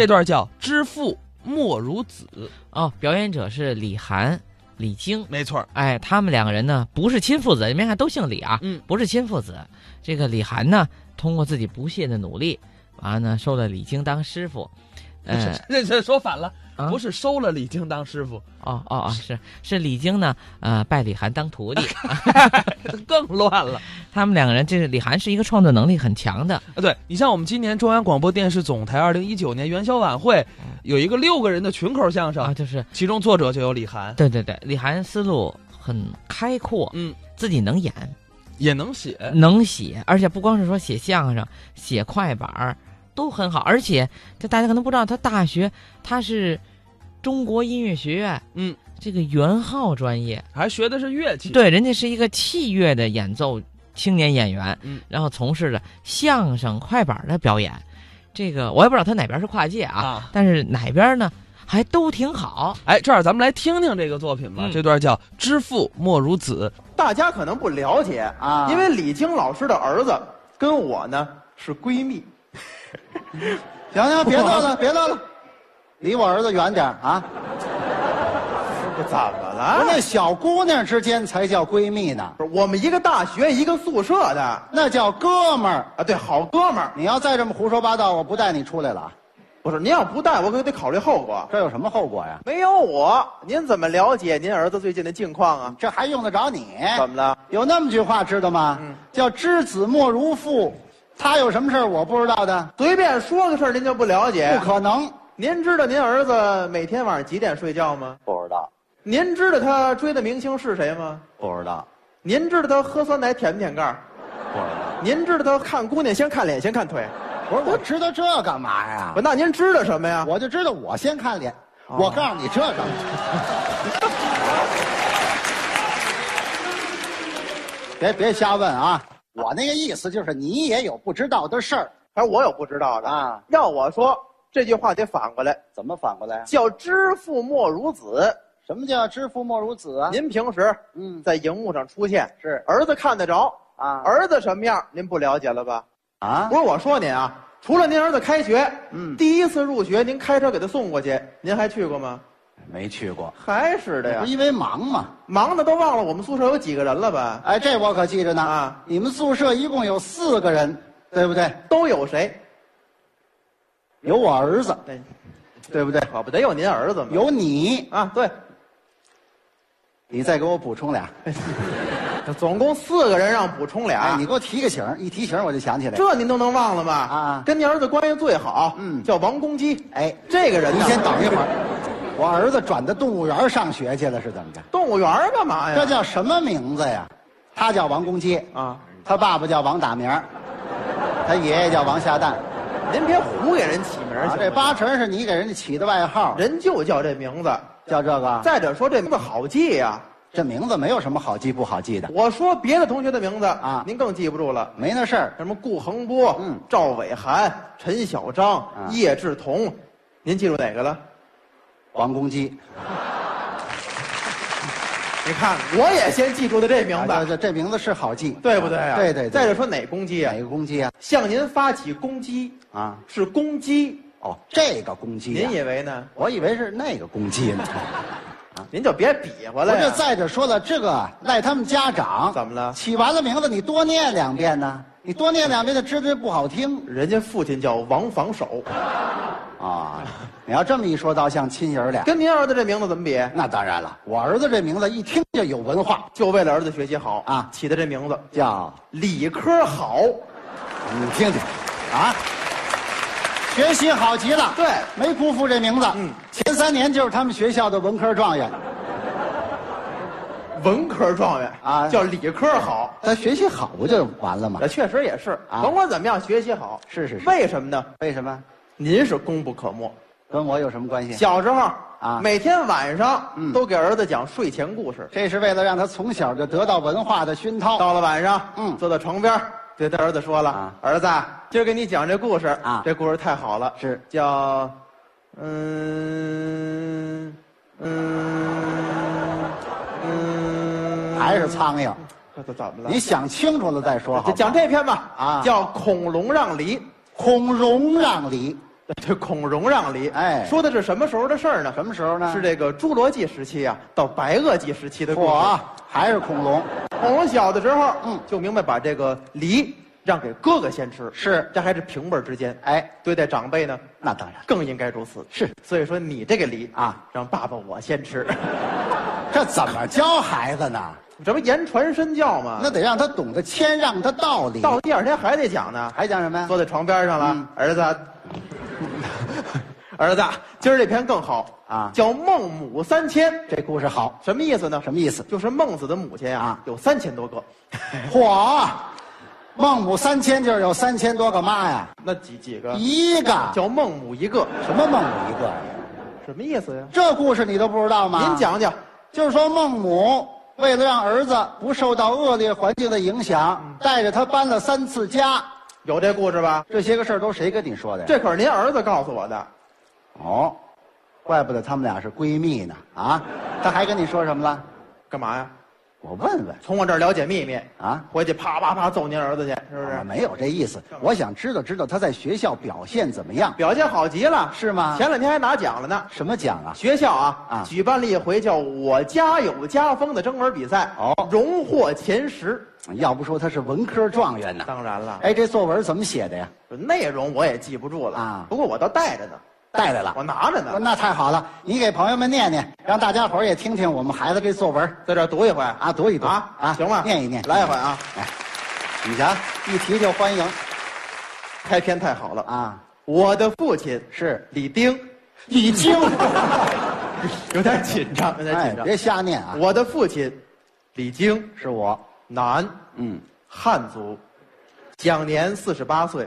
这段叫“知父莫如子哦，表演者是李涵、李菁”，。没错儿，哎，他们两个人呢，不是亲父子，你别看都姓李啊，嗯，不是亲父子。这个李涵呢，通过自己不懈的努力，完了呢，收了李菁当师傅。呃， 这这说反了，啊不是收了李菁当师傅， 哦哦哦，是是李菁呢，呃，拜李涵当徒弟。 更乱了。他们两个人，这是李涵是一个创作能力很强的，啊，对你像我们今年中央广播电视总台二零一九年元宵晚会，有一个六个人的群口相嗯啊，声，就是其中作者就有李涵，对对对，李涵思路很开阔，嗯，自己能演，也能写，能写，而且不光是说写相声、写快板儿都很好，而且这大家可能不知道，他大学他是中国音乐学院嗯，这个元号专业，还学的是乐器。，对，人家是一个器乐的演奏青年演员，嗯然后从事着相声、快板儿的表演，这个我也不知道他哪边是跨界啊，啊但是哪边呢还都挺好。哎，这样咱们来听听这个作品吧。嗯这段叫“知父莫如子大家可能不了解啊因为李菁老师的儿子跟我呢是闺蜜。行行， 别 闹 了，别闹了，离我儿子远点儿啊！我怎么不是了？那小姑娘之间才叫闺蜜呢，不是我们一个大学一个宿舍的那叫哥们儿。啊，对，好哥们儿。你要再这么胡说八道，我不带你出来了啊。不是您要不带我，可得考虑后果。这有什么后果呀？没有我，您怎么了解您儿子最近的近况啊？这还用得着你？怎么了？有那么句话知道吗？叫知子莫如父。他有什么事儿我不知道的？随便说个事儿您就不了解不？可能，您知道您儿子每天晚上几点睡觉吗？不知道，您知道他追的明星是谁吗？不知道，您知道他喝酸奶舔不舔盖儿？不知道。您知道他看姑娘先看脸先看腿？不是，我知道这干嘛呀不，？那您知道什么呀？我就知道我先看脸。我告诉你这 个，别别瞎问啊！我那个意思就是你也有不知道的事儿，哎，我有不知道的啊。要我说，这句话得反过来，怎么反过来？啊叫“知父莫如子什么叫知父莫如子”啊？您平时嗯在荧幕上出现，是儿子看得着啊儿子什么样您不了解了吧？啊不，是我说您啊，除了您儿子开学，嗯第一次入学，您开车给他送过去，您还去过吗？没去过，还是的不呀是，因为忙吗？忙的都忘了我们宿舍有几个人了吧？哎，这我可记着呢。啊你们宿舍一共有四个人，对不对？都有谁？有我儿子，对，对不对？可不得有您儿子吗？有你，啊，对，你再给我补充俩。总共四个人让补充俩。哎，你给我提个醒儿，一提醒儿我就想起来。这您都能忘了吗？啊跟您儿子关系最好，嗯叫王公基。哎这个人您呢，先等一会儿，我儿子转到动物园上学去了，是怎么着？动物园儿干嘛呀？这叫什么名字呀？他叫王公基，啊！他爸爸叫王打鸣，他爷爷叫王下蛋。您别胡给人起名儿啊行吗，这八成是你给人家起的外号，人就叫这名字。叫这个。再者说，这名字好记呀、这名字没有什么好记不好记的，我说别的同学的名字啊您更记不住了。没那事儿。什么顾恒波、嗯啊赵伟涵、陈小章、叶志同，您记住哪个了？王公基，你看，我也先记住的这名啊字，这这这名字是好记，对不对啊？对对对再者说哪公鸡啊哪？个公鸡啊？向您发起公鸡啊，是公鸡，哦，这个公鸡、啊您。以为呢？我以为是那个公鸡 呢。您就别比划我了这呀。再者说了，这个赖他们家长怎么了起完了名字，你多念两遍呢，你多念两遍，他知道这不好听人家父亲叫王防守，啊。你要这么一说，倒像亲爷儿俩。跟您儿子这名字怎么比？那当然了，我儿子这名字一听就有文化，就为了儿子学习好啊起的这名字叫理科好。你听听，啊，学习好极了，对没辜负这名字。嗯，前三年就是他们学校的文科状元，文科状元啊叫理科好。他学习好不就完了吗那？确实也是，啊甭管怎么样，学习好是是是为什么呢？为什么？您是功不可没。跟我有什么关系？小时候啊每天晚上嗯都给儿子讲睡前故事。这是为了让他从小就得到文化的熏陶。到了晚上，嗯坐到床边儿，对他儿子说了：“啊儿子啊，今儿给你讲这故事啊这故事太好了，是叫，嗯嗯嗯，还是苍蝇。这都怎么了？你想清楚了再说好就吗。讲这篇吧，啊叫《恐龙让梨》。孔融让梨， 对，孔融让梨。哎说的是什么时候的事儿呢？什么时候呢？是这个侏罗纪时期啊，到白垩纪时期的故事。嚯，啊还是恐龙，孔融小的时候，嗯就明白把这个梨让给哥哥先吃，是这还是平辈儿之间。哎，对待长辈呢，那当然更应该如此。是，所以说你这个梨啊，让爸爸我先吃， 这怎么教孩子呢？这不言传身教嘛。那得让他懂得谦让他道理。到第二天还得讲呢，还讲什哎么呀？坐在床边上了，嗯儿子，儿子，今儿这篇更好啊叫《孟母三迁》，这故事好，什么意思呢？什么意思？就是孟子的母亲啊啊，有三千多个，嚯，啊孟母三迁就是有三千多个妈呀，那几几个一个叫孟母一个，什么孟母一个呀？什么意思呀？这故事你都不知道吗？您，讲讲，就是说孟母为了让儿子不受到恶劣环境的影响，带着他搬了三次家，有这故事吧？这些个事儿都谁跟你说的呀？这可是您儿子告诉我的，哦，怪不得他们俩是闺蜜呢啊！他还跟你说什么了？干嘛呀？我问问从我这儿了解秘密，啊，回去啪啪啪揍您儿子去，是不我是？没有这意思，我想知道知道他在学校表现怎么样，表现好极了，是吗前两天还拿奖了呢。什么奖啊？学校啊，啊举办了一回叫“我家有家风”的征文比赛，哦荣获前十。要不说他是文科状元呢？当然了，哎，这作文怎么写的呀？内容我也记不住了啊不过我倒带着呢，带来了啊我。拿着呢，那太好了，你给朋友们念念，让大家伙儿也听听我们孩子这作文在这儿读一回啊啊，读一读啊行吗？念一念，来一回啊！你瞧，一提就欢迎开篇太好了啊！啊，我的父亲是李丁，已经， 有点紧张，有点哎紧，张。别瞎念啊，我的父亲李经，是我，男，嗯，汉族，享年四十八岁。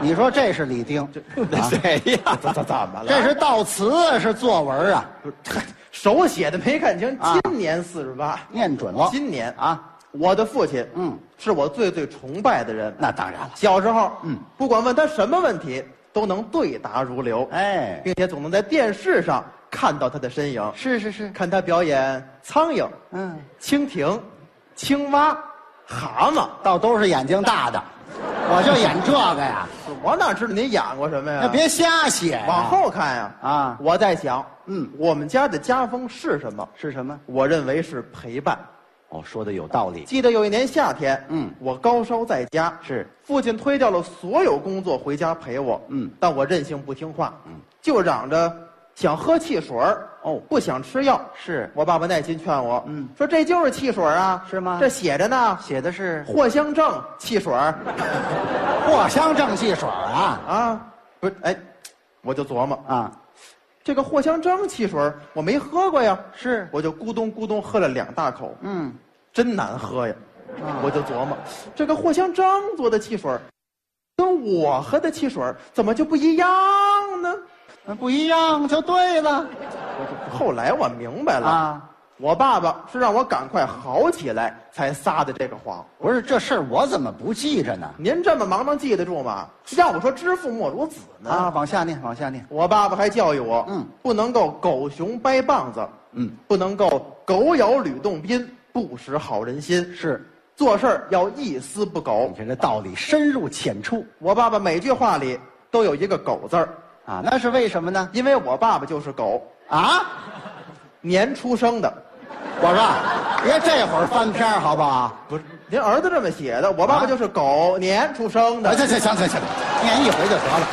你说这是李丁， 啊 谁呀？怎怎怎么了？这是悼词啊，是作文啊，不是手写的没看清啊，今年四十八，念准了，今年啊，啊，我的父亲，嗯，是我最最崇拜的人。那当然了，小时候，嗯，不管问他什么问题，都能对答如流，哎，并且总能在电视上看到他的身影，是是是，看他表演苍蝇、嗯，蜻蜓、青蛙、蛤蟆。倒都是眼睛大的，我就演这个 呀，我哪知道您演过什么呀？那别瞎写啊，往后看呀！啊我在想，嗯我们家的家风是什么？是什么？我认为是陪伴。哦，说的有道理，记得有一年夏天，嗯我高烧在家，是父亲推掉了所有工作回家陪我，嗯但我任性不听话，嗯，就嚷着想喝汽水儿哦不想吃药。是我爸爸耐心劝我，嗯说这就是汽水儿啊，是吗这写着呢，写的是嗯藿香正汽水儿藿香正气水儿啊啊，不是，哎，我就琢磨，啊，这个藿香正汽水儿我没喝过呀，是我就咕咚咕咚喝了两大口，嗯，真难喝呀！啊我就琢磨，这个藿香正做的汽水儿，跟我喝的汽水儿怎么就不一样呢？那不一样就对了我后来我明白了，啊。我爸爸是让我赶快好起来才撒的这个谎。不是这事儿我怎么不记着呢？您这么忙能记得住吗？要我说知父莫如子呢。啊，往下念，往下念。我爸爸还教育我，嗯不能够狗熊掰棒子，嗯，不能够狗咬吕洞宾，不识好人心，是，做事儿要一丝不苟你。看这道理深入浅出我爸爸每句话里都有一个“狗”字儿，啊，那是为什么呢？因为我爸爸就是狗，啊，年出生的。我说，别这会儿翻篇儿好不好？不是，您儿子这么写的，我爸爸就是狗年出生的啊，，行行行行行，念一回就得了。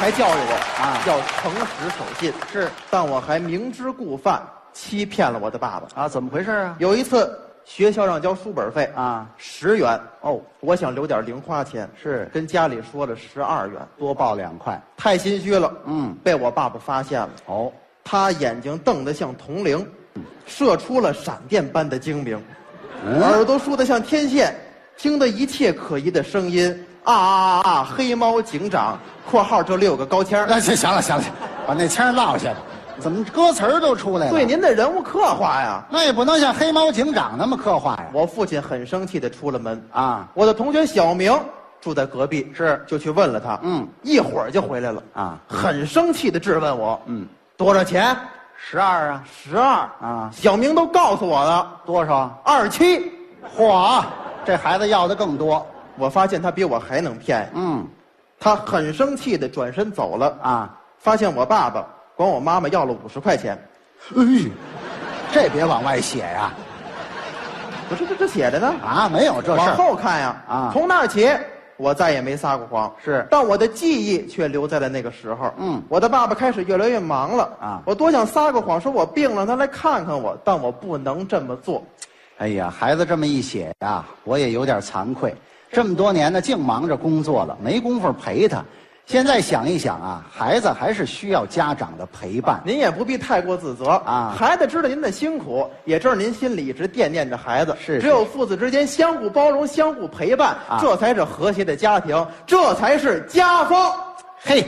还教育我啊要诚实守信。是，但我还明知故犯，欺骗了我的爸爸。啊，怎么回事啊？有一次，学校让交书本费啊十元，哦，我想留点零花钱，是跟家里说了十二元，多报两块。太心虚了，嗯被我爸爸发现了。哦，他眼睛瞪得像铜铃，射出了闪电般的精明，耳朵竖得像天线，听得一切可疑的声音。啊啊啊！啊！黑猫警长（括号这六个高签儿那行行了行了，把那腔儿落下吧。怎么歌词儿都出来了？对，您的人物刻画呀。那也不能像黑猫警长那么刻画呀。我父亲很生气地出了门。啊我的同学小明住在隔壁，是就去问了他。嗯一会儿就回来了。啊，很生气地质问我。嗯，多少钱？十二啊，十二啊小明都告诉我了，多少啊？二七。嚯，这孩子要的更多。我发现他比我还能骗。嗯，他很生气的转身走了，啊！发现我爸爸管我妈妈要了五十块钱。哎呦，这别往外写呀、不是这这写着呢，啊！没有这事往儿。后看呀，啊从那儿起，我再也没撒过谎。是但我的记忆却留在了那个时候。嗯我的爸爸开始越来越忙了啊我多想撒个谎，说我病了，他来看看我，但我不能这么做。哎呀，孩子这么一写呀、我也有点惭愧。这么多年呢，净忙着工作了，没工夫陪他。现在想一想啊，孩子还是需要家长的陪伴。您也不必太过自责啊孩子知道您的辛苦，也知道您心里一直惦念着孩子。是是只有父子之间相互包容、相互陪伴，啊这才是和谐的家庭，这才是家风。嘿，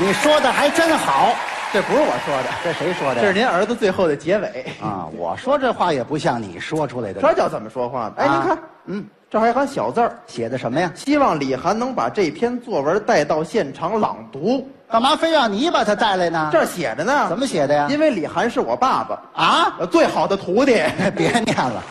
你说的还真好。这不是我说的，这谁说的这呀？是您儿子最后的结尾。啊，我说这话也不像你说出来的。这叫怎么说话呢？哎，您啊看，嗯，这还有行小字儿。写的什么呀？希望李涵能把这篇作文带到现场朗读。干嘛非让你把他带来呢？这儿写着呢，怎么写的呀？因为李涵是我爸爸，啊， 呃最好的徒弟。别念了，